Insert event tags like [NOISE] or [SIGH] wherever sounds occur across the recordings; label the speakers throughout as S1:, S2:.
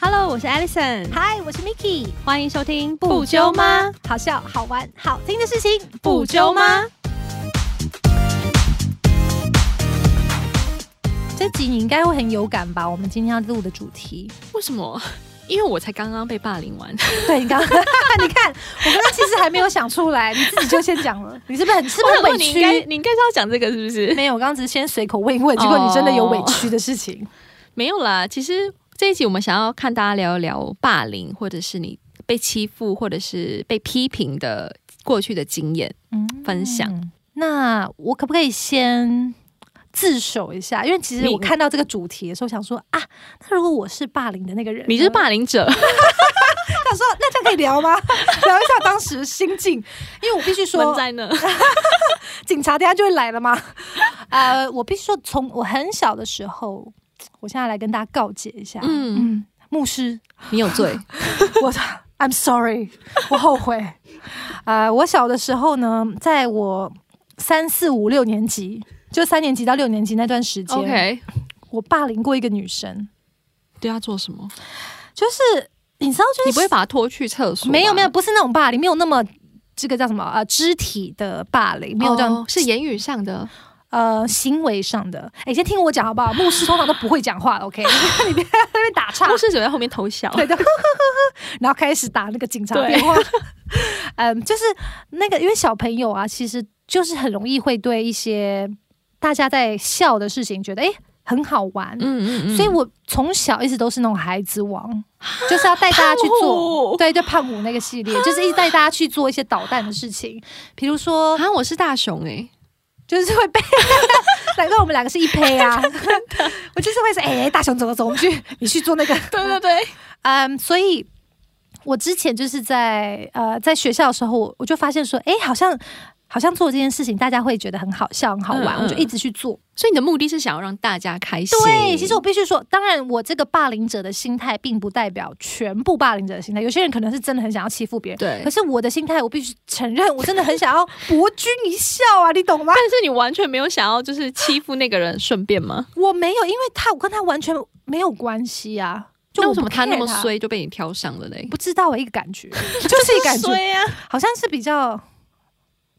S1: Hello，我是 Alison，
S2: 嗨，我是 Miki，
S1: 欢迎收听？？
S2: 好笑、好玩、好听的事情，？？这集你应该会很有感吧？我们今天要录的主题，
S1: 为什么？ [LAUGHS] 因为我才刚刚被霸凌完，
S2: [LAUGHS] 对你刚刚， [LAUGHS] 你看，我刚刚其实还没有想出来，你自己就先讲了，你是不是很是不
S1: 我
S2: 是
S1: 想
S2: 很委
S1: 说你应该
S2: 屈？
S1: 你应该是要讲这个是不是？ [LAUGHS]
S2: 没有，我刚刚只是先随口问一问，结果你真的有委屈的事情。
S1: 没有啦，其实这一集我们想要看大家聊一聊霸凌，或者是你被欺负，或者是被批评的过去的经验。
S2: 嗯，
S1: 分享
S2: 那我可不可以先自首一下？因为其实
S1: 你
S2: 我看到这个主题的时候，想说啊，那如果我是霸凌的那个人呢，
S1: 你是霸凌者，
S2: 他说：“那这样可以聊吗？ [LAUGHS] 聊一下当时心境，因为我必须
S1: 闷
S2: 说，[LAUGHS]
S1: 在那。
S2: 警察等下就会来了嘛。 [LAUGHS] 呃，我必须说，从我很小的时候，我现在来跟大家告解一下。嗯
S1: 嗯，
S2: 嗯，牧师，
S1: 你有罪。
S2: 我 [LAUGHS] I'm sorry，我后悔。呃，我小的时候呢，在我三四五六年级，就三年级到六年级那段时间
S1: OK，
S2: 我霸凌过一个女生，
S1: 对他做什么？
S2: 就是你知道，就是
S1: [LAUGHS] 你不会把他拖去厕所吧？
S2: 没有没有，不是那种霸凌，没有那么这个叫什么呃肢体的霸凌，没有这样、
S1: 哦是言语上的。
S2: 呃行为上的。哎，先听我讲好
S1: [LAUGHS]
S2: 不好？牧师通常都不会讲话的，OK？你 [LAUGHS] 别在那边打岔
S1: 护，士者在后面偷笑。
S2: [LAUGHS] 对的， [LAUGHS] 呵呵呵呵，然后开始打那个警察
S1: 对
S2: 电话。 [LAUGHS] 嗯，就是那个，因为小朋友啊，其实就是很容易会对一些大家在笑的事情觉得哎很好玩。
S1: 嗯
S2: 所以我从小一直都是那种孩子王，就是要带大家去
S1: [LAUGHS] 胖
S2: 做
S1: 虎，
S2: 对，就胖虎那个
S1: [LAUGHS]
S2: 系列，就是一直带大家去做一些捣蛋的事情，比如说
S1: [LAUGHS] 好像我是大熊哎，
S2: 就是会被， [LAUGHS] 难怪我们两个是一胚
S1: [LAUGHS]
S2: 啊，我就是会说，哎、大雄走走走，我们去，你去做那个，
S1: 对对对，
S2: 嗯，所以。我之前就是在呃在学校的时候，我我就发现说，哎、好像好像做这件事情，大家会觉得很好笑、很好玩，
S1: 嗯嗯
S2: 我就一直去做。
S1: 所以你的目的是想要让大家开心。
S2: 对，其实我必须说，当然我这个霸凌者的心态，并不代表全部霸凌者的心态。有些人可能是真的很想要欺负别人，
S1: 对
S2: 可，是我的心态，我必须承认，我真的很想要博君一笑啊，你懂吗？
S1: 但是你完全没有想要就是欺负那个人，顺便吗？
S2: 我没有，因为他我跟他完全没有关系啊。就
S1: 那
S2: 我
S1: 为什么
S2: 不
S1: 他那
S2: care
S1: 么？衰就被你挑上了嘞？
S2: 不知道欸一个感
S1: [LAUGHS]
S2: 觉，就是一个感觉，
S1: 衰啊，
S2: 好像是比较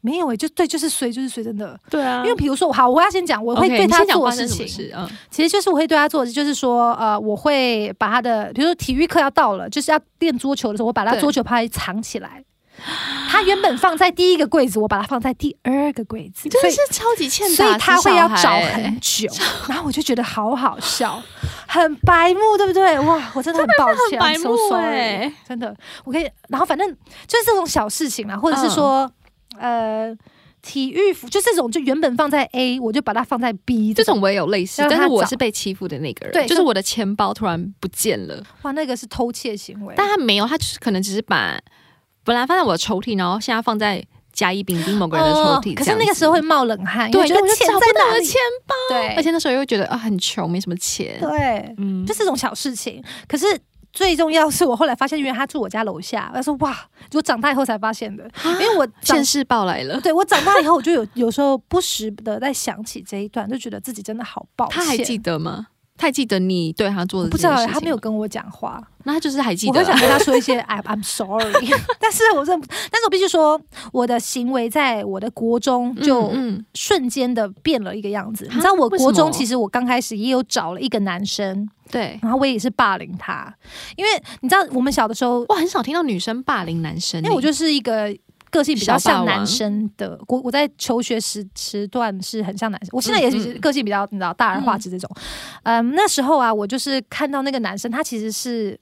S2: 没有诶、欸就对，就是衰，就是衰，真的。
S1: 对啊
S2: 因为比如说，好，我要先讲，我会
S1: OK，
S2: 对
S1: 你
S2: 他
S1: 先讲
S2: 做
S1: 发
S2: 的事
S1: 生什么
S2: 情。
S1: 事啊？
S2: 其实就是我会对他做的，就是说，呃，我会把他的，比如说体育课要到了，就是要练桌球的时候，我把他
S1: 对
S2: 桌球拍藏起来。 [GASPS] 他原本放在第一个柜子，我把它放在第二个柜子，
S1: 你真
S2: 所
S1: 的
S2: 以
S1: 是超级欠
S2: 所
S1: 打
S2: 以
S1: 的
S2: 他会要
S1: 小
S2: 找
S1: 孩欸
S2: 很久，然后我就觉得好好笑，很白目，对不对？哇，我真的很抱歉
S1: 白
S2: ，I'm
S1: 目
S2: so sorry，
S1: 哎，
S2: 真的，我可以。然后反正就是这种小事情啦，或者是说，呃，体育服就这种，就原本放在 A，我就把它放在 B，
S1: 这种我也有类似，
S2: 让他
S1: 但是我
S2: 找
S1: 是被欺负的那个人，
S2: 对
S1: 就是
S2: 就
S1: 我的钱包突然不见了。
S2: 哇，那个是偷窃行为。
S1: 但他没有，他就是可能只是把本来放在我的抽屉，然后现在放在甲乙丙丁某个人的抽屉、
S2: 哦可是那个时候会冒冷汗，
S1: 呃对，
S2: 因
S1: 就
S2: 为
S1: 我
S2: 觉
S1: 就
S2: 得钱
S1: 找不
S2: 在
S1: 到我
S2: 哪
S1: 的
S2: 里？
S1: 钱包，
S2: 对，
S1: 而且那时候又觉得啊很穷，没什么钱，
S2: 对，
S1: 嗯
S2: 就是这种小事情。可是最重要是我后来发现，原来他住我家楼下，我说哇，我长大以后才发现的，因为我长
S1: 现世报来
S2: [LAUGHS]
S1: 了。
S2: 对我长大以后，我就有有时候不时的在想起这一段，就觉得自己真的好抱歉。
S1: 他还记得吗？他还记得你对他做
S2: 我
S1: 的
S2: 不
S1: 这
S2: 知道
S1: 件事
S2: 欸，
S1: 情吗
S2: 他没有，跟我讲话，
S1: 那他就是还记
S2: 我
S1: 得
S2: 会
S1: 啊、
S2: 想跟他说一些 I'm I'm sorry，但 [LAUGHS] 是我真的不，但是我必须说，我的行为在我的国中就
S1: 嗯嗯
S2: 瞬间的变了一个样子。
S1: 啊
S2: 你知道，我
S1: 为什
S2: 国中
S1: 么
S2: 其实我刚开始也有找了一个男生，
S1: 对，
S2: 然后我也是霸凌他，因为你知道我们小的时候，
S1: 我很少听到女生霸凌男生欸、
S2: 因为我就是一个。个性比较
S1: 小霸
S2: 像
S1: 王
S2: 男生的，我我在求学时时段是很像男生，我现在也
S1: 嗯
S2: 是
S1: 嗯
S2: 个性比较你知道大而化之这种，嗯，那时候啊，我就是看到那个男生他其实是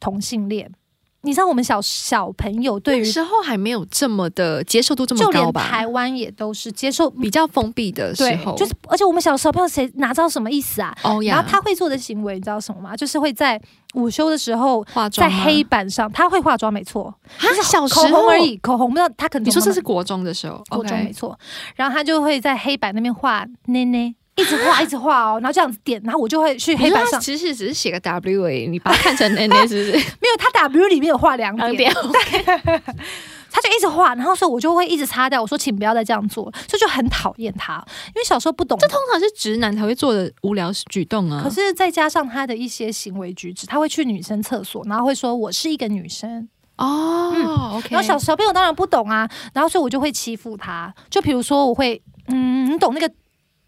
S2: 同性恋，你知道我们小小朋友对
S1: 那
S2: 于
S1: 时候还没有这么的接受度这
S2: 就
S1: 么高
S2: 连
S1: 吧
S2: 台，湾也都是接受
S1: 比较封闭的时
S2: 对
S1: 候，，
S2: 就是而且我们小小朋友谁哪知道什么意思啊？
S1: 哦呀，
S2: 然后他会做的行为你知道什么吗？就是会在午休的时候
S1: 化
S2: 在
S1: 妆吗
S2: 黑板上，他会化妆没错，
S1: 啊小时
S2: 口
S1: 候
S2: 红而，已，口红不知道他可能
S1: 你说这
S2: 从
S1: 是国中的时候，
S2: 国中
S1: OK
S2: 没错，然后他就会在黑板那边画捏捏，一直画一直画哦，然后这样子点，然后我就会去
S1: 你
S2: 黑
S1: 说
S2: 板
S1: 他
S2: 上，
S1: 其实只是写个 [LAUGHS] W 而已，你把它看成 N A 是不是？ [LAUGHS]
S2: 没有他 W 里面有画两点，
S1: 两点，
S2: 他就一直画，然后所以我就会一直擦掉。我说请不要再这样做，所以就很讨厌他，因为小时候不懂
S1: 这。通常是直男才会做的无聊举动啊。
S2: 可是再加上他的一些行为举止，他会去女生厕所，然后会说我是一个女生，
S1: 哦、
S2: 嗯
S1: o k
S2: 然后小小朋友当然不懂啊，然后所以我就会欺负他。就比如说我会，嗯，你懂那个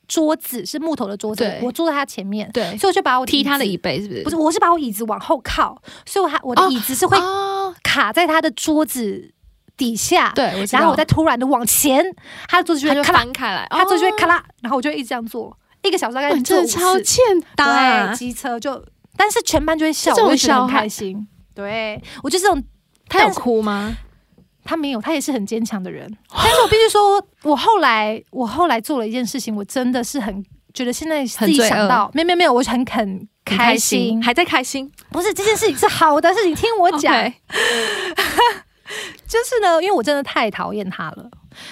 S2: 桌子是木头的桌子
S1: 对，
S2: 我坐在他前面，
S1: 对
S2: 所以我就把我
S1: 踢他的
S2: 椅
S1: 椅背是不是？
S2: 子，不是，我是把我椅子往后靠，所以我还我的
S1: 哦
S2: 椅子是会
S1: 哦，
S2: 卡在他的桌子底下，
S1: 对，我知道
S2: 然后我再突然的往前，他的桌子就
S1: 他
S2: 会
S1: 就
S2: 咔啦，
S1: 翻开来，
S2: 他桌子就会咔
S1: 看，哦
S2: 啦，然后我就一直这样做，一个小时大概
S1: 哇，你
S2: 做
S1: 真
S2: 五
S1: 的超
S2: 次，
S1: 欠打、
S2: 对，
S1: 啊，
S2: 机车就，但是全班就会笑，
S1: 这种
S2: 我就觉得
S1: 小
S2: 很
S1: 孩
S2: 开心，对我就这种。
S1: 他有
S2: 但是
S1: 哭吗？
S2: 他没有，他也是很坚强的人。但是我必须说，我后来我后来做了一件事情，我真的是很觉得现在自己
S1: 很罪恶
S2: 想到，没有没有没有，我很很
S1: 很
S2: 开心。
S1: 还在开心。哦
S2: 不是这件事情是好的事情，听我
S1: [LAUGHS]
S2: 讲。
S1: OK
S2: 就是呢，因为我真的太讨厌他了，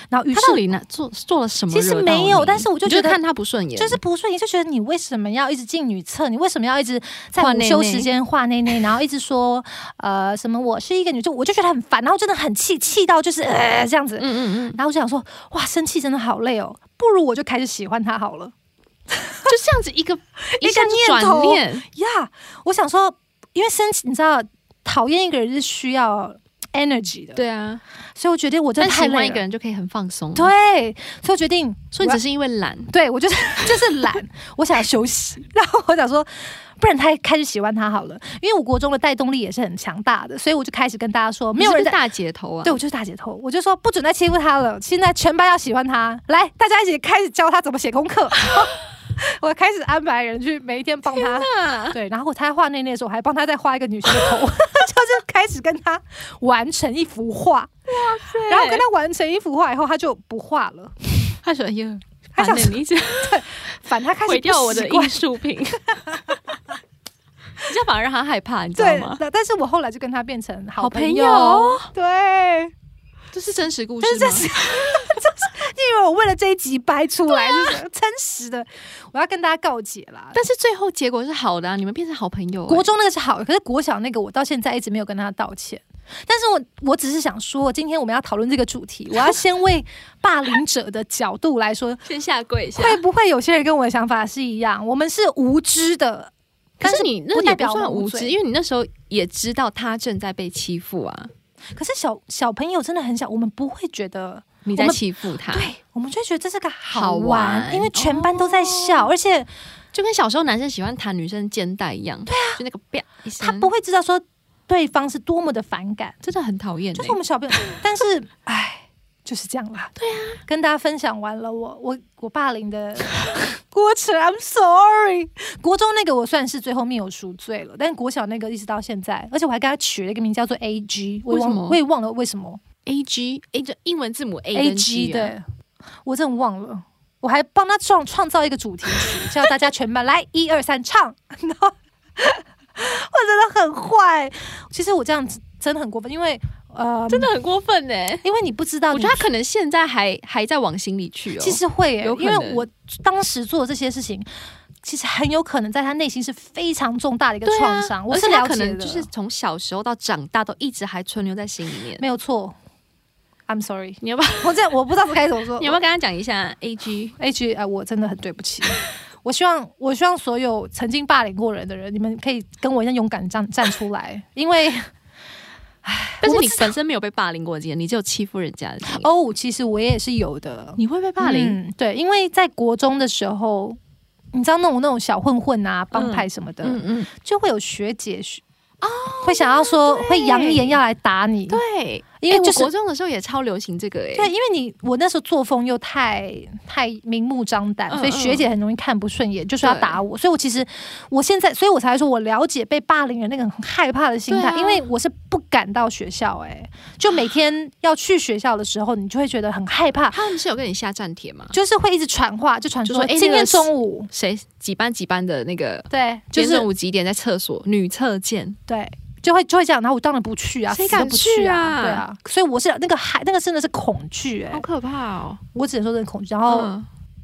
S2: 然后于
S1: 他
S2: 是
S1: 到底哪做做了什么？
S2: 其实没有但是我就觉得
S1: 看他不顺眼，
S2: 就是不顺眼，就觉得你为什么要一直进女厕？你为什么要一直在
S1: 画
S2: 午
S1: 内
S2: 休
S1: 内
S2: 时间画内内，然后一直说呃什么我是一个女生，我就觉得很烦，然后真的很气，气到就是呃这样子。
S1: 嗯嗯
S2: [LAUGHS]
S1: 嗯，
S2: 然后我就想说，哇，生气真的好累哦，不如我就开始喜欢他好了。
S1: 就这样子一个
S2: 一个
S1: 下子
S2: 念头
S1: 转念，
S2: 呀我想说，因为生气，你知道，讨厌一个人是需要 energy 的，，
S1: 对啊，
S2: 所以我决定我真
S1: 但
S2: 的太
S1: 喜欢
S2: 累
S1: 一个
S2: 了。
S1: 人就可以很放松，，啊
S2: 对，所以我决定，
S1: 所以你只是因为懒，
S2: 对我就是 [LAUGHS] 就是懒，我想要休息。然后我想说，不然他开始喜欢他好了，因为我国中的带动力也是很强大的，所以我就开始跟大家说，没有
S1: 你
S2: 人
S1: 是不是
S2: 在。
S1: 大姐头啊，
S2: 对，我就是大姐头，我就说不准再欺负他了。现在全班要喜欢他，来，大家一起开始教他怎么写功课。 [LAUGHS] 我开始安排人去每一天帮他
S1: 啊，
S2: 对，然后他画内内的时候，我还帮他再画一个女生的头， [LAUGHS] 就是开始跟他完成一幅画。然后跟他完成一幅画以后，他就不画了。
S1: 他说哎呀。
S2: 他
S1: 烦
S2: 想
S1: 了你一直
S2: 反正他开始
S1: 毁
S2: 不
S1: 掉我
S2: 习
S1: 的
S2: 惯
S1: 艺术 [LAUGHS] 品，你这样反而让他害怕，你知道
S2: 对
S1: 吗？，
S2: 那但是我后来就跟他变成好
S1: 好
S2: 朋
S1: 朋
S2: 友。
S1: 友哦
S2: 对，
S1: 这是真实故事
S2: 但
S1: 吗？
S2: 是这是，
S1: [LAUGHS]
S2: 就是你以为我为了这一集掰出来，
S1: 啊
S2: 就是真实的，我要跟大家告解啦。
S1: 但是最后结果是好的啊，你们变成好朋友、
S2: 国
S1: 欸。
S2: 中那个是好的，可是国小那个我到现在一直没有跟他道歉。但是我我只是想说，今天我们要讨论这个主题，我要先为霸凌者的角度来 [LAUGHS] 说，
S1: 先下跪一下
S2: 会不会有些人跟我的想法是一样？我们是无知的，
S1: 可
S2: 但
S1: 是
S2: 是
S1: 你
S2: 不
S1: 那
S2: 代
S1: 也不
S2: 表我
S1: 算
S2: 们无
S1: 无
S2: 罪
S1: 知，因为你那时候也知道他正在被欺负啊，
S2: 可是小小朋友真的很小，我们不会觉得，
S1: 你
S2: 我
S1: 在
S2: 们
S1: 欺负他，
S2: 对，我们就会觉得这是个好
S1: 好
S2: 玩，哦
S1: 玩
S2: 因为全班都在笑，而且
S1: 就跟小时候男生喜欢弹女生肩带一样，对啊，就那个啪一声，
S2: 他不会知道说对方是多么的反感，
S1: 真的很讨厌欸，
S2: 就是我们小朋友，但是 [LAUGHS] 哎，就是这样啦。对啊，跟大家分享完了我我我霸凌 [LAUGHS] 的过程，I'm sorry。国中那个我算是最后面有赎罪了，但国小那个一直到现在，而且我还给他取了一个名叫做 A G，我也
S1: 为什
S2: 忘
S1: 么
S2: 我也忘了为什么
S1: A G A 就英文字母 A 跟
S2: A
S1: G 啊，
S2: 对，我真的忘了。我还帮他创创造一个主题 [LAUGHS] 曲，叫大家全班来一二三唱， [LAUGHS] 然后我真的很坏。其实我这样子真的很过分，因为呃，
S1: 真的很过分哎，
S2: 因为你不知道
S1: 我
S2: 你
S1: 觉得他可能现在还还在往心里去哦，
S2: 其实会、耶，
S1: 有可
S2: 因
S1: 能
S2: 为我当时做的这些事情，其实很有可能在他内心是非常重大的一个
S1: 对啊
S2: 创伤。我
S1: 而
S2: 是
S1: 且他
S2: 了
S1: 可
S2: 解的，
S1: 能就是从小时候到长大都一直还存留在心里面。
S2: 没有错。I'm sorry，
S1: 你要不要
S2: [LAUGHS] 我这我不知道该怎么说。
S1: 你要不要跟他讲一下 A G？
S2: H 啊？我真的很对不起。我希望，我希望所有曾经霸凌过人的人，你们可以跟我一样勇敢站站出
S1: [LAUGHS]
S2: 来，因为
S1: 但是
S2: 我不
S1: 你本身没有被霸凌过的经验，你只有欺负人家的经验。
S2: 哦，其实我也是有的。
S1: 你会被霸凌？
S2: 嗯对，因为在国中的时候，你知道那种那种小混混啊、帮派什么的，
S1: 嗯嗯，
S2: 就会有学姐学会想要说会扬言要来打你，
S1: 哦对，
S2: 因为
S1: 欸
S2: 哎就是
S1: 我国中的时候也超流行这个哎、
S2: 对，因为你我那时候作风又太太明目张胆，
S1: 嗯
S2: 所以学姐很容易看不顺眼，就说要打我，所以我其实我现在，所以我才说我了解被霸凌的那个很害怕的心态，
S1: 对啊
S2: 因为我是不敢到学校、哎，就每天要去学校的时候，你就会觉得很害怕，
S1: 他们是有跟你下战帖吗？
S2: 就是会一直传话，就传
S1: 就
S2: 说
S1: 说哎
S2: 今
S1: 那
S2: 天
S1: 个
S2: 中午。
S1: 谁几班几班的那个？
S2: 对，就
S1: 就是是午几点在厕所女厕见，
S2: 对，就会就会这样，然后我当然不去啊，
S1: 谁
S2: 死都
S1: 敢
S2: 不
S1: 去
S2: 啊？
S1: 啊
S2: 对啊，所以我是那个害，那个真的是恐惧哎、
S1: 好可怕哦！
S2: 我只能说真的恐惧。然后，
S1: 哦，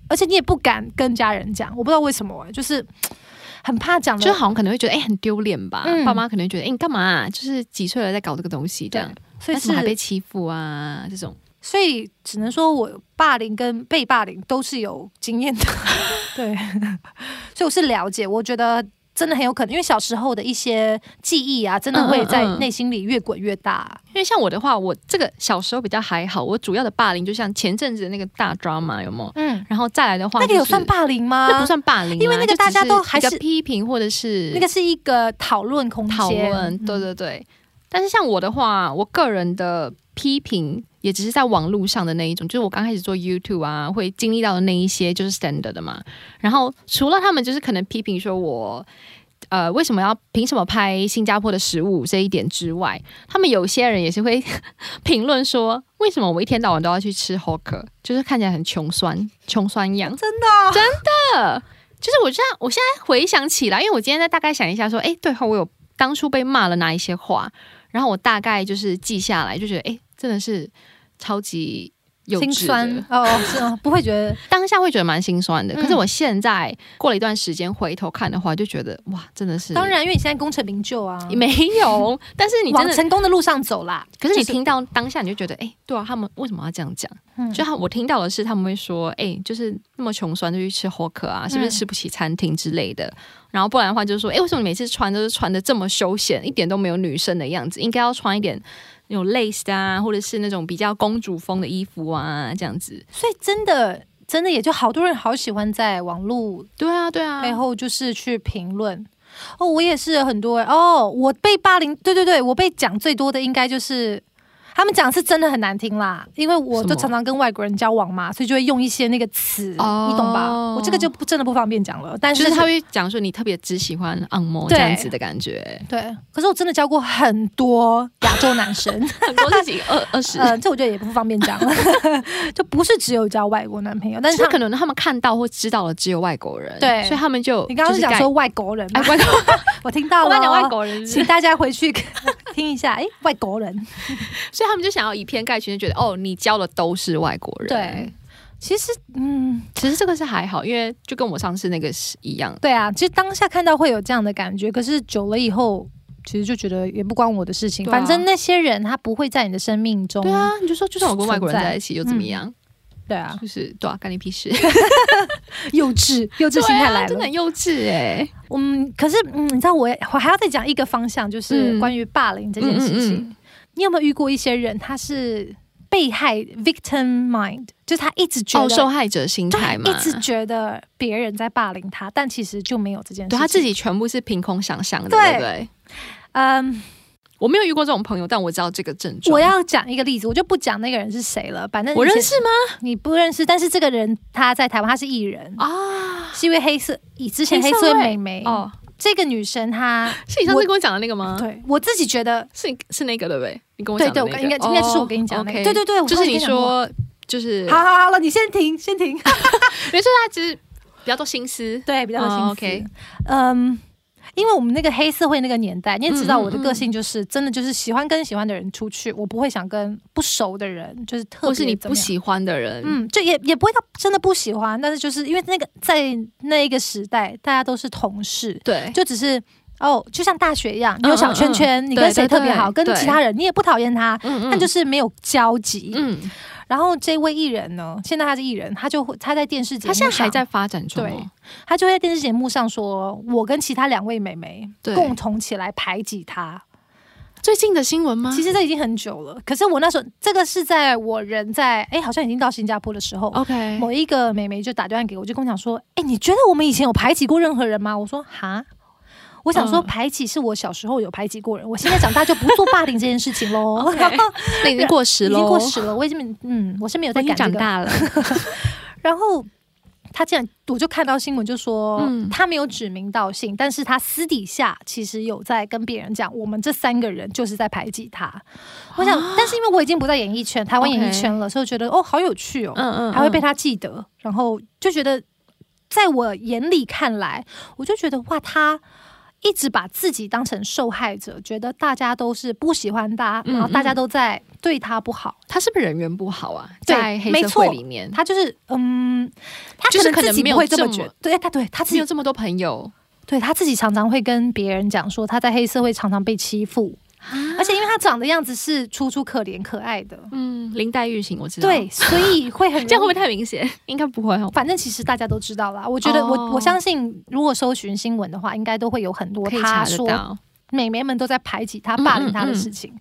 S2: 而且你也不敢跟家人讲，我不知道为什么哎、就是很怕讲
S1: 就
S2: 的。
S1: 好像可能会觉得哎、很丢脸吧，
S2: 嗯
S1: 爸妈可能会觉得哎、你干嘛啊、就是几岁了在搞这个东西这样，
S2: 所以
S1: 但是还被
S2: 是，
S1: 欺负啊，这种
S2: 所以只能说我霸凌跟被霸凌都是有经验的， [LAUGHS] 对，所以我是了解，我觉得。真的很有可能，因为小时候的一些记忆啊，真的会在
S1: 嗯嗯嗯
S2: 内心里越滚越大、
S1: 因为像我的话，我这个小时候比较还好，我主要的霸凌就像前阵子的那个大 drama 有没有？
S2: 嗯，
S1: 然后再来的话、
S2: 那个有
S1: 就是
S2: 算霸凌吗？
S1: 那不，算霸凌啊，
S2: 因为那个
S1: 就只
S2: 大家都
S1: 是
S2: 还
S1: 一个
S2: 是
S1: 批评或者是
S2: 那个是一个讨论空间。
S1: 讨论，
S2: 嗯
S1: 对对对。但是像我的话，我个人的批评也只是在网络上的那一种，就是我刚开始做 YouTube 啊，会经历到的那一些就是 standard 的嘛。然后除了他们就是可能批评说我。呃，为什么要凭什么拍新加坡的食物这一点之外，他们有些人也是会评论说，为什么我一天到晚都要去吃 hawker，就是看起来很穷酸，穷酸样。
S2: 真的哦、
S1: 的，就是我现在我现在回想起来，因为我今天在大概想一下说，哎，对哈，我有当初被骂了哪一些话，然后我大概就是记下来，就觉得哎，真的是超级有
S2: 心酸哦，是啊，不会觉
S1: [LAUGHS]
S2: 得
S1: 当下会觉得蛮心酸的。
S2: 嗯
S1: 可是我现在过了一段时间回头看的话，就觉得哇，真的是
S2: 当。然，因为你现在功成名就啊，
S1: 没有，但是你真
S2: 往
S1: 的，
S2: 成功的路上走啦。
S1: 可是你
S2: 就是
S1: 听到当下你就觉得，哎、对啊，他们为什么要这样讲？
S2: 嗯
S1: 就他我听到的是他们会说，哎、就是那么穷酸就去吃 hawker 啊，
S2: 嗯
S1: 是不是吃不起餐厅之类的？然后不然的话就是说，哎、为什么你每次穿都是穿的这么休闲，一点都没有女生的样子？应该要穿一点有 lace 的啊，或者是那种比较公主风的衣服啊，这样子。
S2: 所以真的真的也就好多人好喜欢在网络
S1: 对啊，对啊，
S2: 背后就是去评论。哦，我也是有很多、欸、哦，我被霸凌，对对对，我被讲最多的应该就是。他们讲是真的很难听啦，因为我
S1: 什
S2: 就
S1: 么
S2: 常常跟外国人交往嘛，所以就会用一些那个词，
S1: 哦
S2: 你懂吧？我这个就不真的不方便讲了，但
S1: 就是是他会讲说你特别只喜欢按摩这
S2: 对
S1: 样子的感
S2: [LAUGHS]
S1: 觉，
S2: 对，可是我真的交过很多亚洲男生，
S1: [LAUGHS] 很多自己二二十。
S2: 呃，这我觉得也不方便讲了， [LAUGHS] 就不是只有交外国男朋友，但
S1: 但
S2: 是
S1: 是
S2: 他
S1: 可能他们看到或知道了只有外国人，
S2: 对
S1: 所以他们就
S2: 你刚刚
S1: 就是是
S2: 讲
S1: 盖
S2: 说外国人
S1: [LAUGHS]
S2: 吗，
S1: 哎外国，
S2: 我听到
S1: 我
S2: 了
S1: 刚
S2: 哦，
S1: 讲外国人是不是
S2: 请大家回去听一下，哎，外国人，
S1: 所以他们就想要以偏概全，就觉得哦，你教的都是外国人。
S2: 对，其实嗯，
S1: 其实这个是还好，因为就跟我上次那个是一样。
S2: 对啊，其实当下看到会有这样的感觉，可是久了以后。其实就觉得也不关我的事情，
S1: 对啊
S2: 反正那些人他不会在你的生命中。
S1: 对，啊，你就说就算我跟外国人
S2: 存在
S1: 在一起又怎么样？嗯
S2: 对啊，
S1: 就是对啊，干你
S2: [LAUGHS]
S1: 屁事！
S2: 幼稚幼稚心态来
S1: 啊真
S2: 了
S1: 的。很幼稚哎、
S2: 嗯，可是嗯，你知道我也我还要再讲一个方向，就是
S1: 嗯
S2: 关于霸凌这
S1: 这
S2: 件
S1: 件
S2: 事
S1: 事
S2: 情。
S1: 情，
S2: 你有没有遇过一些人，他是被害 victim mind，就是他一直觉
S1: 哦，
S2: 得、
S1: 受害者心
S2: 对，
S1: 态嘛，
S2: 一直觉得别人在霸凌他，但其实就没有这件事情。
S1: 对他自，己全部是凭空想象的，
S2: 对
S1: 对不对？
S2: 嗯，
S1: 我没有遇过这种朋友，但我知道这个症状。
S2: 我要讲一个例子，我就不讲那个人是谁了，反正
S1: 我
S2: 以前
S1: 认识吗？
S2: 你不认识，但是这个人他在台湾，他是艺人，
S1: 啊，
S2: 是一位黑色，以之前黑
S1: 黑社
S2: 社会
S1: 会
S2: 美眉哦，
S1: 哦，
S2: 这个女生她，
S1: 是你上
S2: 我
S1: 次跟我讲的那个吗？
S2: 对我自己觉得，
S1: 是你是那个对不对？你跟我
S2: 对
S1: 讲
S2: 对，我
S1: 的那个，哦
S2: 应该应该就是我跟你讲的
S1: 的
S2: 那个，对对对，我
S1: 就
S2: 上
S1: 是
S2: 次
S1: 你
S2: 哦跟讲过。啊
S1: 说就是
S2: 好好好了，你先停，先
S1: [LAUGHS]
S2: 停。
S1: 没错，他只是比较多心思。
S2: 对，比较有心思。
S1: 哦，OK
S2: 嗯，因为我们那个黑社会那个年代，你也知道
S1: 嗯嗯
S2: 我的个性就是、真的就是喜欢跟喜欢的人出去，我不会想跟不熟的人，就是特
S1: 或
S2: 别
S1: 是你
S2: 怎
S1: 不
S2: 么样。
S1: 喜欢的人，
S2: 嗯，就也也不会到真的不喜欢，但是就是因为那个在那一个时代，大家都是同事，
S1: 对，
S2: 就只是哦，就像大学一样，你有小圈圈，你跟
S1: 嗯对
S2: 谁
S1: 对
S2: 特别
S1: 对
S2: 好，跟
S1: 对
S2: 其他人你也不讨厌他，
S1: 嗯
S2: 但就是是没有交集。
S1: 嗯，
S2: 然后这位艺人呢，现在他是艺人，他就会他在电视节目
S1: 他现在还
S2: 上
S1: 在发展中哦，
S2: 他就会在电视节目上说：“我跟其他两位美眉
S1: 对
S2: 共同起来排挤他。
S1: 最近的新闻吗？”
S2: 其实这已经很久了，可是我那时候这个是在我人在哎，好像已经到新加坡的时候，
S1: OK，
S2: 某一个美眉就打电话给我，就跟我讲说：“哎，你觉得我们以前有排挤过任何人吗？”我说：“哈。”我想说，
S1: 嗯
S2: 排挤是我小时候有排挤过人，我现在长大就不做霸凌这件事情喽。
S1: 那已经过时
S2: 已
S1: 喽，
S2: 经过时了，我已经嗯，我是没有
S1: 我
S2: 在
S1: 已经
S2: 敢这
S1: 长
S2: 个。 [LAUGHS]
S1: 大了，
S2: 然后他竟然，我就看到新闻就说，
S1: 嗯
S2: 他没有指名道姓，但是他私底下其实有在跟别人讲，我们这三个人就是在排挤他。我想，但是因为我已经不在演艺圈，台湾
S1: 啊 OK
S2: 演艺圈了所以我觉得哦，好有趣哦，
S1: 嗯嗯
S2: 还会被他记得，然后就觉得，在我眼里看来，我就觉得哇，他。一直把自己当成受害者，觉得大家都是不喜欢他，
S1: 嗯
S2: 然后大家
S1: 嗯
S2: 都在对他不好。
S1: 他是不是人缘不好啊？
S2: 对
S1: 在黑
S2: 没
S1: 社
S2: 错
S1: 会里面，
S2: 他就是嗯，他
S1: 就是可
S2: 自
S1: 能
S2: 己
S1: 没
S2: 不
S1: 有
S2: 会这么
S1: 这么
S2: 觉得，对他对他自
S1: 没有
S2: 己
S1: 这么多朋友
S2: 对他自己常常会跟别人讲说他在黑社会常常被欺负，
S1: 啊
S2: 而且因为他长的样子是楚楚可怜可爱的，
S1: 嗯，林黛玉型我知道，
S2: 对，，所以会很
S1: [LAUGHS] 这样
S2: 容
S1: 会不会
S2: 易。
S1: 太明显？应该不会哦，
S2: 反正其实大家都知道啦，我觉得我、
S1: 哦
S2: 我相信，如果搜寻新闻的话，应该都会有很多
S1: 可以查
S2: 他
S1: 得
S2: 说
S1: 到。
S2: 美眉们都在排挤他、
S1: 嗯
S2: 霸凌他的事情。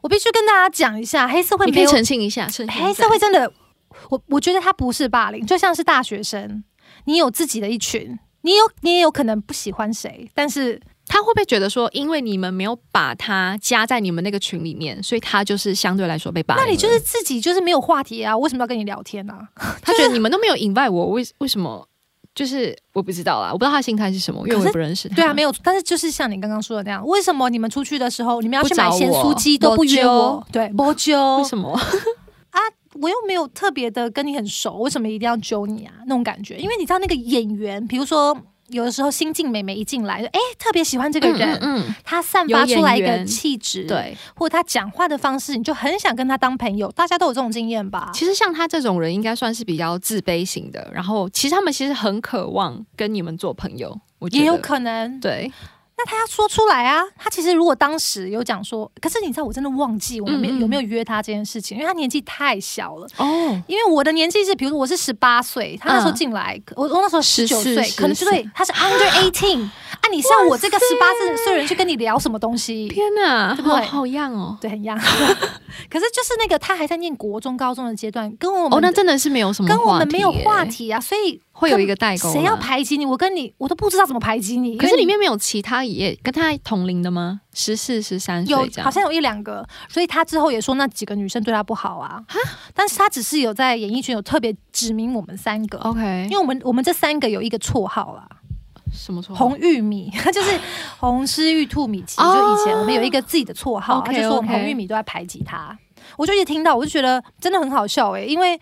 S2: 我必须跟大家讲一下，黑社会
S1: 你
S2: 没
S1: 可以
S2: 有
S1: 澄清一下，澄清一
S2: 黑
S1: 下
S2: 社会真的，我我觉得他不是霸凌，就像是大学生，你有自己的一群，你有你也有可能不喜欢谁，但是
S1: 他会不会觉得说，因为你们没有把他加在你们那个群里面，所以他就是相对来说被霸凌
S2: 那
S1: 了？
S2: 你就是自己就是没有话题啊，为什么要跟你聊天 [LAUGHS] 啊？
S1: 他觉得你们都没有 invite 我，为为什么？就是我不知道啦，我不知道他的心态是什么，因为
S2: 可
S1: 我
S2: 是
S1: 也不认识他。
S2: 对啊，没有，但是就是像你刚刚说的那样，为什么你们出去的时候，你们要
S1: 不
S2: 去买
S1: 找
S2: 咸酥
S1: 我
S2: 鸡都不约
S1: 没
S2: 我？ [LAUGHS] 对，摸
S1: 为
S2: 揪，
S1: 什么？
S2: 我又没有特别的跟你很熟，为什么一定要揪你啊？那种感觉，因为你知道那个演员，比如说有的时候新晋美眉一进来，就哎特别喜欢这个人，
S1: [LAUGHS] 嗯，嗯
S2: 她散
S1: 有
S2: 发出
S1: 眼
S2: 来一个
S1: 缘
S2: 气质，
S1: 嗯，对。
S2: 或者他讲话的方式，你就很想跟他当朋友。大家都有这种经验吧？
S1: 其实像他这种人，应该算是比较自卑型的。然后，其实他们其实很渴望跟你们做朋友，我觉得
S2: 也有可能，
S1: 对，
S2: 那他要说出来啊。他其实如果当时有讲说，可是你知道，我真的忘记我们
S1: 嗯嗯
S2: 有没有约他这件事情，因为他年纪太小了。
S1: 哦，
S2: 因为我的年纪是，比如说我是十八岁，他那时候
S1: 嗯
S2: 进来，可我我那时候十九岁，
S1: 14
S2: 可能就对他
S1: [LAUGHS]
S2: 是 under eighteen 啊。你像我这个十八岁的人去跟你聊什么东西？
S1: 天哪，
S2: 对不
S1: 好
S2: 对
S1: 好样哦！
S2: 对，很一样。 [LAUGHS] 可是就是那个他还在念国中、高中的阶段，跟我们
S1: 哦，那
S2: 的
S1: 真的是没有什么
S2: 跟我们没有
S1: 耶
S2: 话，题啊，所以
S1: 会有一个代沟啦。
S2: 谁要排挤你？我跟你，我都不知道怎么排挤你。
S1: 可是
S2: 因为
S1: 里面没有其他也跟他同龄的吗？十四、十三岁
S2: 有
S1: 这样，
S2: 好像有一两个，所以他之后也说那几个女生对他不好啊。但是他只是有在演艺圈有特别指明我们三个，
S1: OK，
S2: 因为我们我们这三个有一个绰号啦，
S1: 什么错？
S2: 红玉米， [LAUGHS] 就是红狮玉兔米奇。
S1: 哦
S2: 就以前我们有一个自己的绰号，他
S1: OK，
S2: 就说我们
S1: OK
S2: 红玉米都在排挤他。我就一直听到，我就觉得真的很好笑诶、欸因为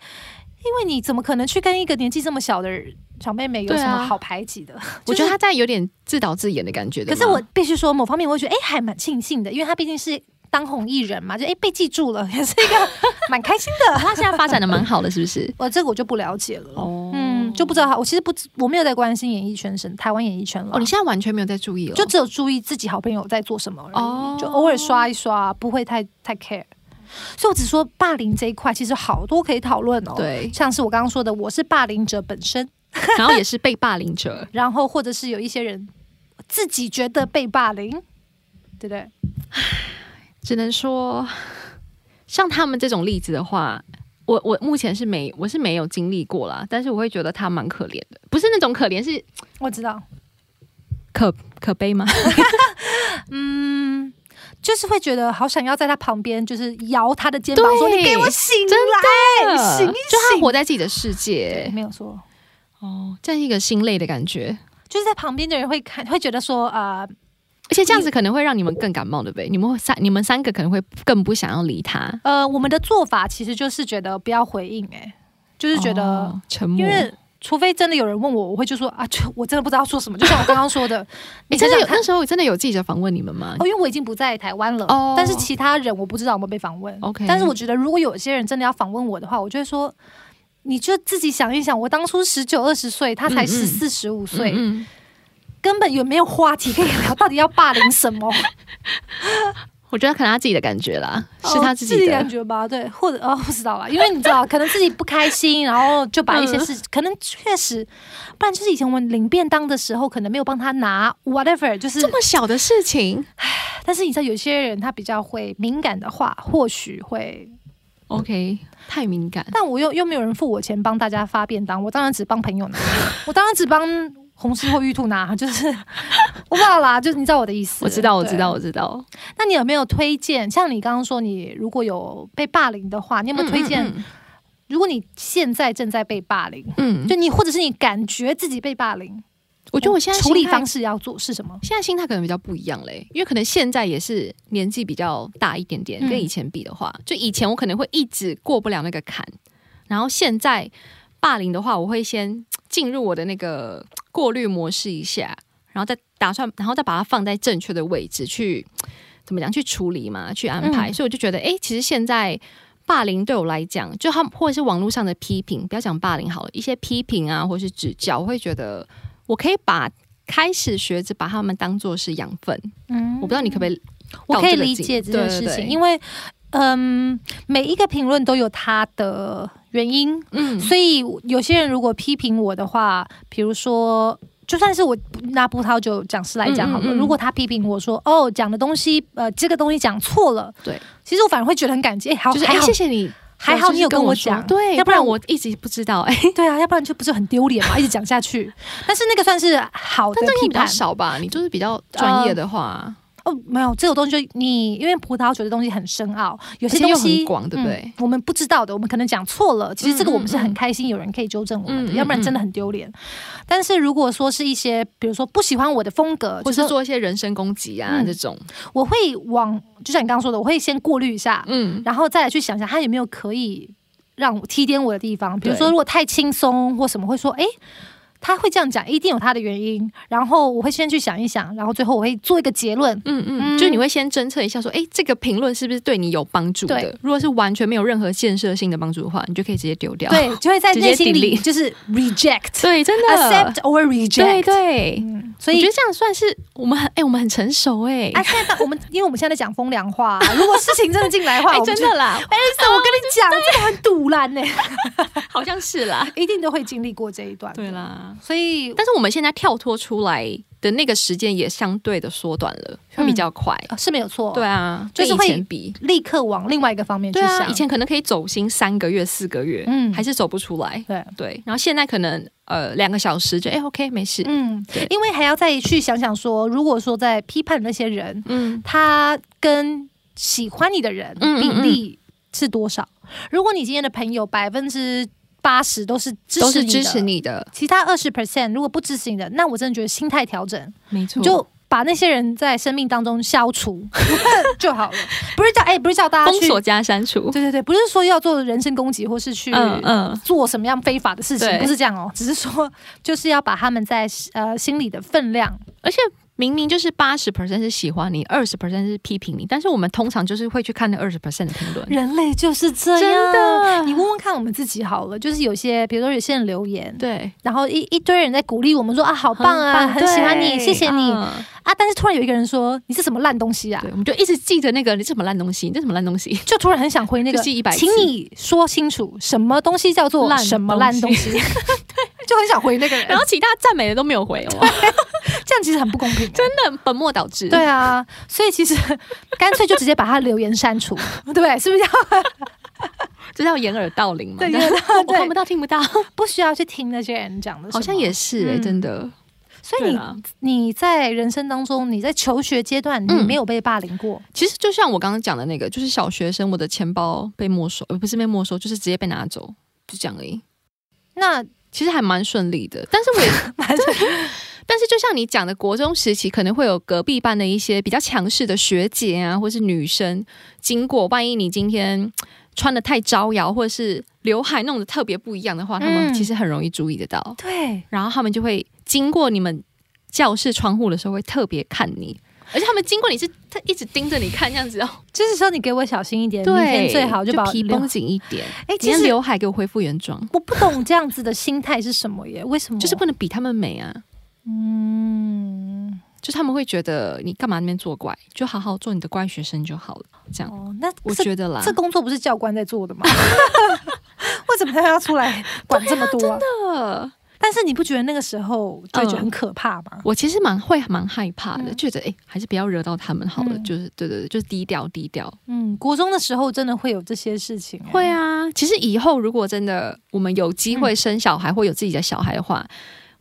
S2: 因为你怎么可能去跟一个年纪这么小的人小妹妹有
S1: 对
S2: 什么
S1: 啊
S2: 好排挤的？ [LAUGHS]
S1: 我觉
S2: 就是
S1: 得他在有点自导自演的感觉。
S2: 可
S1: 对
S2: 是
S1: [LAUGHS] 吗
S2: 我必须说，某方面我会觉得，哎、还蛮庆幸的，因为他毕竟是当红艺人嘛，就哎、诶被记住了， [LAUGHS] 也是一个蛮开心的。
S1: 他现在发展的蛮好的，是
S2: [LAUGHS]
S1: 不是？
S2: 我这个我就不了解了，
S1: 哦
S2: 嗯，就不知道他。我其实不知，我没有在关心演艺圈生台湾演艺圈了。
S1: 哦，你现在完全没有在注意了，
S2: 就只有注意自己好朋友在做什么而已，
S1: 哦
S2: 就偶尔刷一刷，不会太太 care。所以我只说霸凌这一块，其实好多可以讨论哦。，，
S1: 对
S2: 像是我刚刚说的，我是霸凌者本身，
S1: 然后也是被霸凌者。
S2: 然后或者是有一些人自己觉得被霸凌，对不对？
S1: 只能说，像他们这种例子的话，我我目前是没我是没有经历过啦，但是我会觉得他蛮可怜的，不是那种可怜，是
S2: 我知道，
S1: 可可悲吗？
S2: 嗯，就是会觉得好想要在他旁边，就是摇他的肩膀
S1: 对
S2: 说：“你给我醒来，哎醒一
S1: [LAUGHS] 就他
S2: 醒。
S1: 活在自己的世
S2: 对”
S1: 界，
S2: 没有错，
S1: 哦，这样是一个心累的感觉，
S2: 就是在旁边的人会看，会觉得说：“啊、
S1: 而且这样子可能会让你们更感冒，对不对？你们会三你们三个可能会更不想要理他，
S2: 呃，我们的做法其实就是觉得不要回应、欸，就是觉得，
S1: 哦沉默，
S2: 因为。”除非真的有人问我，我会就说啊，就我真的不知道说什么。就像我刚刚
S1: [LAUGHS]
S2: 说的，
S1: 你
S2: 你
S1: 哎真的
S2: 想想
S1: 有
S2: 看
S1: 那时候真的有记者访问你们吗？
S2: 哦，因为我已经不在台湾了，
S1: 哦
S2: 但是其他人我不知道有没有被访问。
S1: OK
S2: 但是我觉得如果有些人真的要访问我的话，我就会说，你就自己想一想，我当初十九二十岁，他才
S1: 嗯嗯
S2: 十四十五岁，
S1: 嗯
S2: 根本也没有话题可以聊，到底要霸凌什么？
S1: 嗯我觉得可能他自己的感觉啦， [LAUGHS] 是他
S2: 哦
S1: 自
S2: 自
S1: 己的
S2: 感觉吧？对，或者哦，不知道啦，因为你知道，可能自己不开心，然后就把一
S1: 嗯
S2: 些事，可能确实，不然就是以前我们领便当的时候，可能没有帮他拿 whatever，就是
S1: 这么小的事情
S2: 但是你知道，有些人他比较会敏感的话，或许会
S1: ，OK，太敏感。
S2: 但我又又没有人付我钱帮大家发便当，我当然只帮朋友拿， [LAUGHS] 我当然只帮红狮或玉兔拿，就是我忘了啦，就是你知道我的意思。
S1: 我知道，我知道，
S2: 对。
S1: 我知道。
S2: 那你有没有推荐？像你刚刚说，你如果有被霸凌的话，你有没有推荐？
S1: 嗯？
S2: 如果你现在正在被霸凌，
S1: 嗯，嗯
S2: 就你或者是你感觉自己被霸凌，
S1: 我觉得我现在
S2: 处理方
S1: 式，
S2: 式要做是什么？
S1: 现在心态可能比较不一样嘞，因为可能现在也是年纪比较大一点点，
S2: 嗯
S1: 跟以前比的话，就以前我可能会一直过不了那个坎，然后现在霸凌的话，我会先进入我的那个过滤模式一下，然后再打算，然后再把它放在正确的位置去怎么讲去处理嘛，去安排。
S2: 嗯
S1: 所以我就觉得，诶，其实现在霸凌对我来讲，就他或者是网络上的批评，不要讲霸凌好了，一些批评啊，或是指教，我会觉得我可以把开始学着把他们当做是养分。
S2: 嗯
S1: 我不知道你可不可以
S2: 我
S1: 搞
S2: 可以
S1: 这个
S2: 理
S1: 景
S2: 解这件
S1: 对对
S2: 事
S1: 对
S2: 情，因为嗯，每一个评论都有它的原因，
S1: 嗯，
S2: 所以有些人如果批评我的话，比如说。就算是我拿葡萄酒讲师来讲好了，
S1: 嗯嗯嗯
S2: 如果他批评我说哦讲的东西呃这个东西讲错了，
S1: 对，
S2: 其实我反而会觉得很感激，哎、好，
S1: 就是
S2: 还
S1: 哎，
S2: 好
S1: 谢谢你，
S2: 还
S1: 对
S2: 好
S1: 就是
S2: 你有
S1: 跟
S2: 跟我
S1: 说
S2: 讲，
S1: 对，
S2: 要不
S1: 不
S2: 然
S1: 然
S2: 我
S1: 我一直不知道哎，
S2: 对啊，要不然就不是很丢脸嘛，一直讲下去。但是那个算是好的
S1: 但这个
S2: 批
S1: 比较
S2: 判
S1: 少吧？你就是比较专业的话，
S2: 哦，没有这种东西就你，因为葡萄酒的东西很深奥，有
S1: 而
S2: 些
S1: 且又
S2: 东
S1: 很
S2: 西嗯
S1: 广对不对
S2: 我们不知道的，我们可能讲错了。其实这个
S1: 嗯嗯
S2: 我们是很
S1: 嗯
S2: 开心，有人可以纠正我们的，
S1: 嗯嗯
S2: 要不然真的很丢脸。但是如果说是一些，比如说不喜欢我的风格，
S1: 或
S2: 就是
S1: 是做一些人身攻击啊
S2: 嗯
S1: 这种，
S2: 我会往，就像你刚刚说的，我会先过滤一下，
S1: 嗯，
S2: 然后再来去想想他有没有可以让我提点我的地方，比如
S1: 对
S2: 说如果太轻松或什么，会说诶，他会这样讲，一定有他的原因。然后我会先去想一想，然后最后我会做一个结论。
S1: 嗯嗯，就你会先侦测一下，说，哎，这个评论是不是对你有帮助的
S2: 对？
S1: 如果是完全没有任何建设性的帮助的话，你就可以直接丢掉。
S2: 对，就会在内心里
S1: delete
S2: 就是 reject
S1: 对，真的
S2: accept or
S1: 对
S2: reject。
S1: 对。
S2: 嗯，所
S1: 所以我
S2: 以
S1: 觉得这样算是我们很哎、我们很成熟哎、
S2: 啊，现在到我们因为我们现在在讲风凉话，啊如果事情真的进来的话，
S1: [LAUGHS] 哎
S2: 我们
S1: 真
S2: 就 [LAUGHS]
S1: 的哦啦，
S2: 哎，Alison，我跟你讲，这个很堵然呢，
S1: 好像是 [LAUGHS] 啦，
S2: 一定都会经历过这一段。
S1: 对，啦。
S2: 所以
S1: 但是我们现在跳脱出来的那个时间也相对的缩短了，会比较快。
S2: 呃是没有错，
S1: 对，啊，
S2: 就是
S1: 跟
S2: 会
S1: 以前比。
S2: 立刻往另外一个方面去
S1: 对啊，
S2: 想。
S1: 以前可能可以走心三个月、四个月，
S2: 嗯
S1: 还是走不出来。
S2: 对，
S1: 对，然后现在可能呃两个小时就哎、OK 没事，
S2: 嗯
S1: 对，
S2: 因为还要再去想想说，如果说在批判的那些人，
S1: 嗯
S2: 他跟喜欢你的人
S1: 嗯嗯
S2: 比例是多少？如果你今天的朋友百分之八十都是支持
S1: 都
S2: 你
S1: 是
S2: 的
S1: 支持，你的，
S2: 其他二十 percent 如果不支持你的，那我真的觉得心态调整，
S1: 没错
S2: 你就。把那些人在生命当中消除 [LAUGHS] 就
S1: [LAUGHS]
S2: 好了，不是叫哎、不是叫大家
S1: 封
S2: 去，
S1: 锁加删除。
S2: 对对对，不是说要做人身攻击或是去
S1: 嗯嗯，
S2: 做什么样非法的事情，
S1: 对
S2: 不是这样哦，只是说就是要把他们在呃心里的分量，
S1: 而且明明就是八十 percent 是喜欢你，二十 percent 是批评你，但是我们通常就是会去看那二十 percent 的评论。
S2: 人类就是这样。
S1: 真的
S2: 你问问看我们自己好了，就是有些，比如说有些人留言，
S1: 对，
S2: 然后一一堆人在鼓励我们说啊，好
S1: 好
S2: 棒啊，很喜欢你，谢谢你、
S1: 嗯
S2: 啊，但是突然有一个人说你是什么烂东西啊
S1: 对，，我们就一直记着那个你这什么烂东西，你这什么烂
S2: [LAUGHS]
S1: 东西，
S2: 就突然很想回那个
S1: 就，记一百次
S2: 请你说清楚什么东西叫做
S1: 烂
S2: 什么
S1: 东
S2: 烂
S1: 西
S2: 东西， [LAUGHS] 就很想回那个人，
S1: 然后其他赞美的都没
S2: [LAUGHS]
S1: 有回哦，
S2: 这样其实很不公平、
S1: 真的本末倒置。
S2: 对啊，所以其实干脆就直接把他留言删 [LAUGHS] 除，对不对？是不是要
S1: 这叫掩耳盗铃嘛？
S2: 对
S1: 这
S2: 掩
S1: 样
S2: 耳盗
S1: 我我看
S2: 对
S1: 不到听不到，
S2: [LAUGHS] 不需要去听那些人讲的？
S1: 好像也。是
S2: 嗯
S1: 哎，
S2: 啊
S1: 真的。
S2: 所以
S1: 对啊
S2: 你
S1: 啦
S2: 你在人生当中，你在求学阶段，你
S1: 嗯
S2: 没有被霸凌过，
S1: 其实就像我刚刚讲的那个，就是小学生，我的钱包被没收，呃，不是被没收，就是直接被拿走，就这样而已。
S2: 那
S1: 其实还蛮顺利的，但是我也
S2: [LAUGHS]
S1: [LAUGHS]
S2: 蛮正
S1: 但是就像你讲的，国中时期可能会有隔壁班的一些比较强势的学姐啊，或是女生经过，万一你今天嘖穿的太招摇，或者是刘海弄得特别不一样的话，他们
S2: 嗯
S1: 其实很容易注意得到，
S2: 对。
S1: 然后他们就会经过你们教室窗户的时候会特别看你。而且他们经过你是，他一直盯着你看，这样子哦。
S2: 就是说，你给我小心一点，明天最好就
S1: 就
S2: 把
S1: 皮
S2: 留
S1: 绷。紧一点。
S2: 哎，
S1: 你
S2: 其
S1: 的
S2: 实
S1: 刘海给我恢复原状，
S2: 我不懂这样子的心态是什么耶？为什么？
S1: 就是不能比他们美啊。
S2: 嗯
S1: 就是他们会觉得你干嘛那边作怪，就好好做你的乖学生就好了。这样，
S2: 哦，那
S1: 我
S2: 这
S1: 觉得啦，
S2: 这工作不是教官在做的吗？ [LAUGHS] 为什么他要出来管这么多啊？
S1: 个
S2: 但是你不觉得那个时候就会
S1: 嗯
S2: 觉得很可怕吗？
S1: 我其实蛮会蛮害怕的，
S2: 嗯
S1: 觉得哎、诶还是不要惹到他们好了。
S2: 嗯
S1: 就是对对对，就是低调低调。
S2: 嗯，国中的时候真的会有这些事情、欸，
S1: 会啊，其实以后如果真的我们有机
S2: 嗯
S1: 会生小孩或有自己的小孩的话，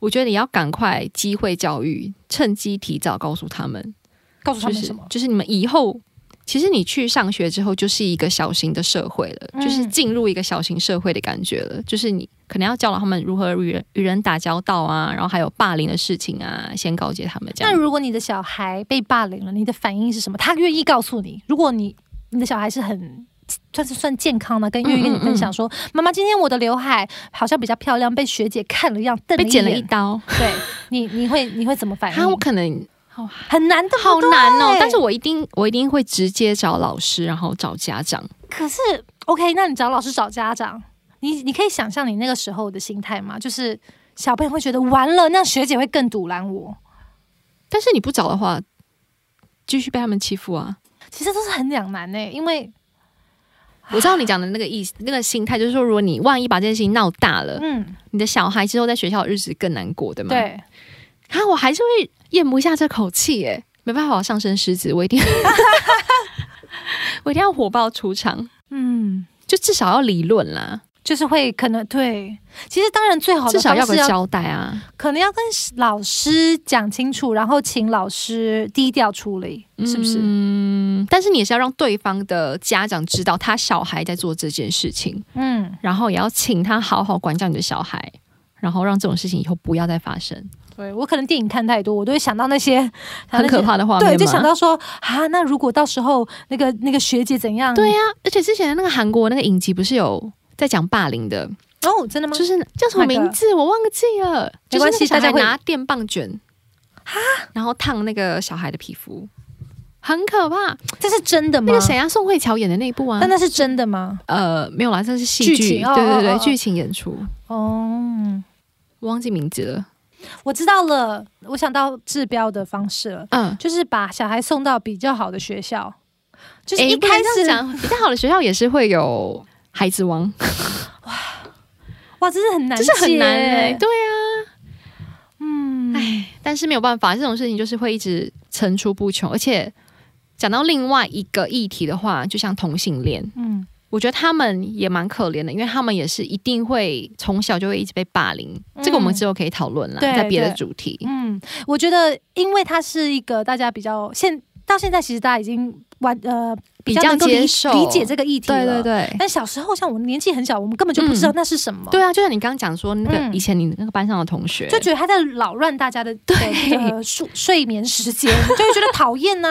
S1: 我觉得你要赶快机会教育，趁机提早告诉他们，
S2: 告诉他
S1: 就
S2: 们
S1: 是
S2: 什么？
S1: 就是你们以后。其实你去上学之后，就是一个小型的社会了，
S2: 嗯
S1: 就是进入一个小型社会的感觉了。就是你可能要教导他们如何与人与人打交道啊，然后还有霸凌的事情啊，先告诫他们这样
S2: 那。如果你的小孩被霸凌了，你的反应是什么？他愿意告诉你，如果你你的小孩是很。算是算健康的，跟愿意跟你分享说，
S1: 嗯
S2: 妈妈、今天我的刘海好像比较漂亮，被学姐看了一样，瞪
S1: 被
S2: 你
S1: 剪了一
S2: 眼
S1: 刀，
S2: 对你你会你会怎么反
S1: 他我
S2: 应？
S1: 可能
S2: 很难的，
S1: [LAUGHS] 好难哦，但是
S2: 我
S1: 我一定我一定会直接找老师，然后找家长。
S2: 可是 OK，那你找老师找家长，你你可以想象你那个时候的心态吗？就是小朋友会觉得完了，那学姐会更堵拦我，
S1: 但是你不找的话，继续被他们欺负啊！
S2: 其实都是很两难呢、欸因为
S1: 我知道你讲的那个意思，那个心态就是说，如果你万一把这件事情闹大了，
S2: 嗯，
S1: 你的小孩之后在学校的日子更难过，对吗？。
S2: 对，
S1: 啊，我还是会咽不下这口气，哎，没办法，我上升狮子，我
S2: [LAUGHS]
S1: 一定，我一定要火爆出场，
S2: 嗯，
S1: 就至少要理论啦，
S2: 就是会可能对，其实当然最好的
S1: 至少
S2: 方
S1: 要
S2: 式
S1: 个
S2: 要
S1: 交代啊，
S2: 可能要跟老师讲清楚，然后请老师低调处理，是不是？
S1: 嗯，但是你也是要让对方的家长知道他小孩在做这件事情，
S2: 嗯，
S1: 然后也要请他好好管教你的小孩，然后让这种事情以后不要再发生，
S2: 对我可能电影看太多，我都会想到那些
S1: 很可。
S2: 想到
S1: 怕的画
S2: 那些
S1: 面嘛。
S2: 对，就想到说啊，那如果到时候那个那个学姐怎样？
S1: 对呀、而且之前的那个韩国那个影集不是有在讲霸凌的，
S2: 哦，真的吗？
S1: 就是叫什
S2: 哪
S1: 么
S2: 个
S1: 名字我忘记了，
S2: 没
S1: 就是
S2: 关
S1: 那
S2: 系
S1: 个小
S2: 大家
S1: 孩
S2: 会
S1: 拿电棒卷然后烫那个小孩的皮肤，很可怕。
S2: 这是真的吗？
S1: 那个谁啊，宋慧乔演的那一部啊
S2: 但，那是真的吗？
S1: 呃，没有啦，这是戏
S2: 剧
S1: 剧，
S2: 情哦
S1: 对对
S2: 哦哦
S1: 对，
S2: 哦
S1: 剧情演出，
S2: 哦，
S1: 我忘记名字了。
S2: 我知道了，我想到治标的方式了，
S1: 嗯，
S2: 就是把小孩送到比较好的学校，就是
S1: 诶
S2: 一
S1: 不能
S2: 开
S1: 这
S2: 始、
S1: 样讲，比较好的学校也是会有孩子王，
S2: 哇，这是很难
S1: 这
S2: 解，
S1: 是很难哎、对啊，
S2: 嗯，
S1: 唉，但是没有办法，这种事情就是会一直层出不穷，而且。讲到另外一个议题的话，就像同性恋，
S2: 嗯，
S1: 我觉得他们也蛮可怜的，因为他们也是一定会从小就会一直被霸凌。
S2: 嗯
S1: 这个我们之后可以讨论啦，
S2: 对
S1: 在别的
S2: 对
S1: 主题。
S2: 嗯，我觉得，因为它是一个大家比较现到现在，其实大家已经完呃
S1: 比
S2: 较
S1: 较
S2: 能够理
S1: 接受
S2: 理解这个议题了。哎
S1: 对对。对，
S2: 但小时候，像我年纪很小，我们根本就不知道
S1: 嗯
S2: 那是什么，
S1: 对啊，就像你刚刚讲说那个
S2: 嗯
S1: 以前你那个班上的同学，
S2: 就觉得他在扰乱大家的对呃睡睡眠时
S1: [LAUGHS]
S2: 间，就会觉得讨厌呐、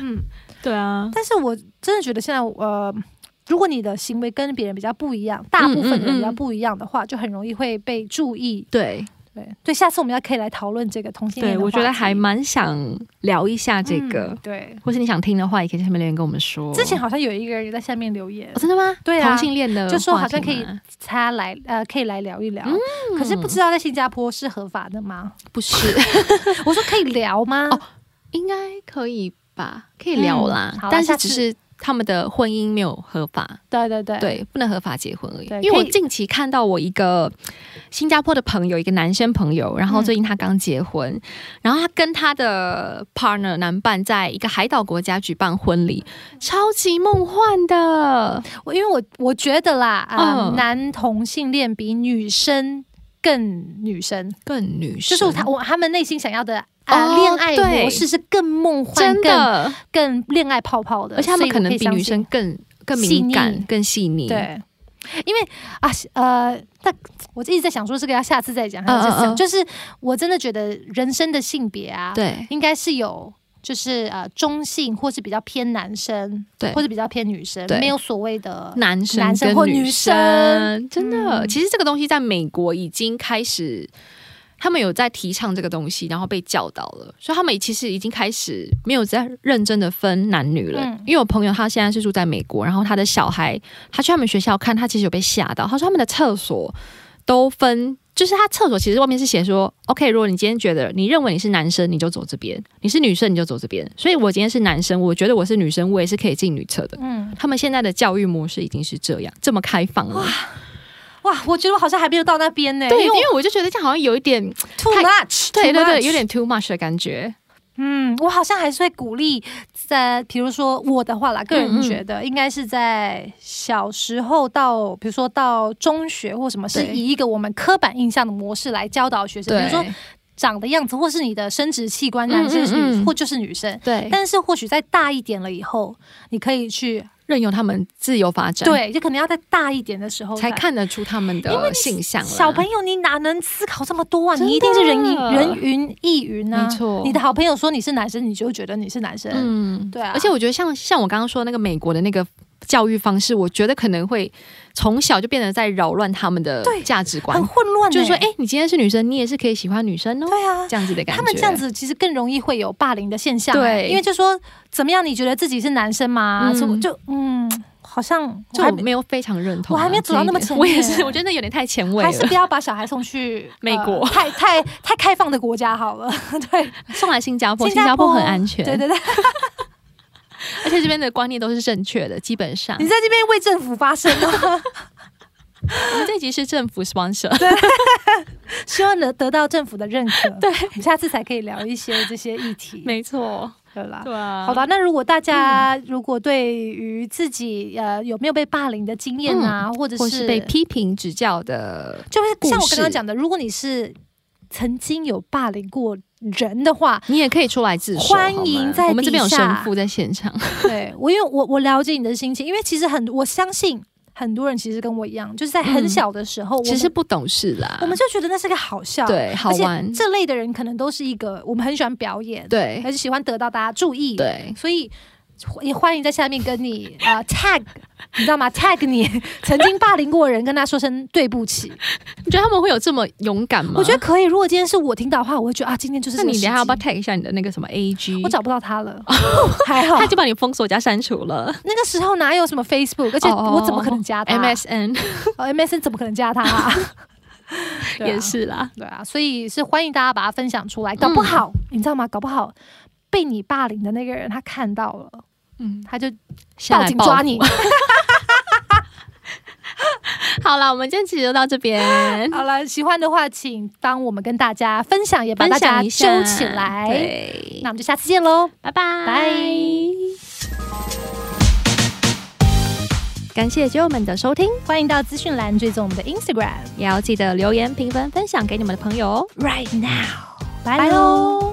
S2: 嗯，
S1: 对啊，
S2: 但是我真的觉得现在呃。如果你的行为跟别人比较不一样，大部分的人比较
S1: 嗯嗯
S2: 不一样的话，就很容易会被注意。
S1: 对
S2: 对对，下次我们要可以来讨论这个同性恋
S1: 对，
S2: 的话
S1: 我
S2: 题。
S1: 觉得还蛮想聊一下这个，
S2: 嗯对，
S1: 或是你想听的话，也可以在下面留言跟我们说。
S2: 之前好像有一个人在下面留言
S1: 哦、，真的吗？
S2: 对啊
S1: 同性恋的
S2: 就说
S1: 话
S2: 好像
S1: 题
S2: 可以
S1: 吗
S2: 他来呃可以来聊一聊，
S1: 嗯
S2: 可是不知道在新加坡是合法的
S1: [LAUGHS]
S2: 吗？
S1: 不是，
S2: [LAUGHS] 我说可以聊吗？
S1: 哦应该可以吧？可以聊啦，
S2: 嗯好啦
S1: 但
S2: 下次
S1: 是只是他们的婚姻没有合法。
S2: 对对对，
S1: 对，不能合法结婚而已
S2: 对。
S1: 因为
S2: 可
S1: 我
S2: 以
S1: 近期看到我一个新加坡的朋友，一个男生朋友，然后
S2: 嗯
S1: 最近他刚结婚，然后他跟他的 partner 男伴在一个海岛国家举办婚礼，超级梦幻的。
S2: 我因为我我觉得啦，啊、
S1: 嗯
S2: 男同性恋比女生更女生，
S1: 更女
S2: 就
S1: 生，
S2: 是他我他们内心想要的啊、
S1: 哦
S2: 恋爱
S1: 对
S2: 模式是更梦幻
S1: 真、
S2: 更
S1: 的，
S2: 更恋爱泡泡的，
S1: 而且他
S2: 呃所
S1: 们
S2: 以
S1: 可
S2: 我
S1: 能
S2: 以
S1: 比
S2: 相
S1: 女
S2: 信
S1: 生更更敏
S2: 细
S1: 感
S2: 腻、
S1: 更细腻。，
S2: 对，因为啊呃，但我一直在想说这个要下次再讲，还是
S1: 嗯
S2: 再讲
S1: 嗯嗯
S2: 就是我真的觉得人生的性别啊，，
S1: 对，
S2: 应该是有。就是呃中性，或是比较偏男生，
S1: 对
S2: 或是比较偏女生，
S1: 对
S2: 没有所谓的
S1: 男生
S2: 男生
S1: 跟
S2: 或
S1: 女
S2: 女生
S1: 真的，
S2: 嗯
S1: 其实这个东西在美国已经开始，他们有在提倡这个东西，然后被教导了，所以他们其实已经开始没有在认真的分男女了。
S2: 嗯
S1: 因为我朋友他现在是住在美国，然后他的小孩，他去他们学校看，他其实有被吓到，他说他们的厕所都分。就是他厕所其实外面是写说，OK，如果你今天觉得你认为你是男生，你就走这边；你是女生，你就走这边。所以我今天是男生，我觉得我是女生，我也是可以进女厕的。
S2: 嗯，
S1: 他们现在的教育模式已经是这样，这么开放了。
S2: 哇，我觉得我好像还没有到那边呢、
S1: 对，因
S2: 因为
S1: 为我就觉得这样好像有一点，
S2: 我 too
S1: 太
S2: much，
S1: 对
S2: too
S1: 对对，
S2: much
S1: 有，点 too much 的感觉。
S2: 嗯，我好像还是会鼓励在，比如说我的话啦，个
S1: 嗯
S2: 人
S1: 嗯
S2: 觉得应该是在小时候到，比如说到中学或什么，是
S1: 对
S2: 以一个我们刻板印象的模式来教导学生，
S1: 对，
S2: 比如说长的样子，或是你的生殖器官，男生是
S1: 嗯嗯
S2: 女，
S1: 嗯
S2: 或就是女生。
S1: 对，
S2: 但是或许在大一点了以后，你可以去
S1: 任由他们自由发展，，
S2: 对，就可能要在大一点的时候
S1: 才。看得出他们
S2: 因为
S1: 的
S2: 你
S1: 性向了。
S2: 小朋友，你哪能思考这么多啊？
S1: 真的
S2: 你一定是人云人云亦云啊！
S1: 没错
S2: 你的好朋友说你是男生，你就觉得你是男生。
S1: 嗯，
S2: 对啊
S1: 而且我觉得像像我刚刚说那个美国的那个。教育方式，我觉得可能会从小就变得在扰乱他们的
S2: 对
S1: 价值观
S2: 很，混乱、欸。
S1: 就是说，哎、你今天是女生，你也是可以喜欢女生哦，
S2: 对啊，
S1: 这样子的感觉。
S2: 他们这样，子其实更容易会有霸凌的现象、
S1: 对
S2: 欸因为就说怎么样，你觉得自己是男生吗？
S1: 嗯
S2: 什么就嗯，好像我
S1: 就
S2: 还
S1: 我没有非常认同啊、
S2: 我还没有走到那么
S1: 这一
S2: 前
S1: 点我也
S2: 面欸
S1: 是，我觉得那有点太前卫了。
S2: 还是不要把小孩送去
S1: [LAUGHS] 美国
S2: 呃太太太开放的国家好了。对， [LAUGHS]
S1: 送来新加坡，
S2: 新加坡
S1: 很安全，
S2: 对对对，
S1: 而且这边的观念都是正确的，基
S2: [LAUGHS]
S1: 本上。
S2: [LAUGHS] 你在这边为政府发声啊
S1: [LAUGHS]
S2: 吗？
S1: 我们这集是政府 sponsor，
S2: 希望能得到政府的认
S1: [LAUGHS]
S2: 可，对，我们下次才可以聊一些这些议题，
S1: 没错，
S2: 对啦。
S1: 对啊，嗯
S2: 好，吧，那如果大家如果对于自己呃有没有被霸凌的经验啊，或者
S1: 嗯或
S2: 是
S1: 是被批评指教的，
S2: 就是像我刚
S1: 故
S2: 刚
S1: 事
S2: 讲的，如果你是曾经有霸凌过人的
S1: [LAUGHS]
S2: 话，
S1: 你也可以出来自首，
S2: 欢
S1: 好吗
S2: 迎在
S1: 我们这边有
S2: 底
S1: 神
S2: 下哦
S1: 父在现场，
S2: 对我，因为我我了解你的心情，因为其实很我相信很多人其实跟我一样，就是在很
S1: 嗯
S2: 小的时候，我
S1: 其实
S2: 们
S1: 不懂事啦，
S2: 我们就觉得那是个好笑，，
S1: 对好
S2: 而且
S1: 玩，
S2: 这类的人可能都是一个我们很喜欢表演，，
S1: 对
S2: 还是喜欢得到大家注意，，
S1: 对，
S2: 所以。也欢迎在下面跟你啊、呃 tag，你知道吗？tag 你曾经霸凌过的人，跟他说声对不
S1: [LAUGHS]
S2: 起。
S1: 你觉得他们会有这么勇敢吗？
S2: 我觉得可以。如果今天是我听到的话，我会觉得啊，今天就是
S1: 那
S2: 这个
S1: 你等一下要不要
S2: 时机
S1: tag 一下你的那个什么 AG？
S2: 我找不到他 [LAUGHS] 了，还好
S1: 他就把你封锁加删除了
S2: 那个时候哪有什么 Facebook，而且
S1: 哦
S2: 我怎么可能加他
S1: ，MSN [LAUGHS]
S2: 哦，MSN 怎么可能加他、啊？对啊
S1: 也，是嗯啦。
S2: 对啊，所以是欢迎大家把它分享出来。搞不好、你知道吗？搞不好被你霸凌的那个人他看到了，
S1: 嗯，
S2: 他就
S1: 下
S2: 报
S1: 来
S2: 警
S1: 报
S2: 抓
S1: 复
S2: 你。，
S1: 好了，我们今天其实就到这
S2: [LAUGHS]
S1: 边
S2: 好了，喜欢的话，请帮我们跟大家分享，也把
S1: 分
S2: 大家
S1: 享一下
S2: 揪起来。
S1: 对，
S2: 那我们就下次见喽。
S1: 拜拜
S2: 拜。
S1: 感谢酒友们的收听，
S2: 欢迎到资讯栏追踪我们的 Instagram
S1: 也要记得留言、评分、分享给你们的朋友哦。
S2: right now，拜
S1: 拜
S2: 喽。
S1: 喽。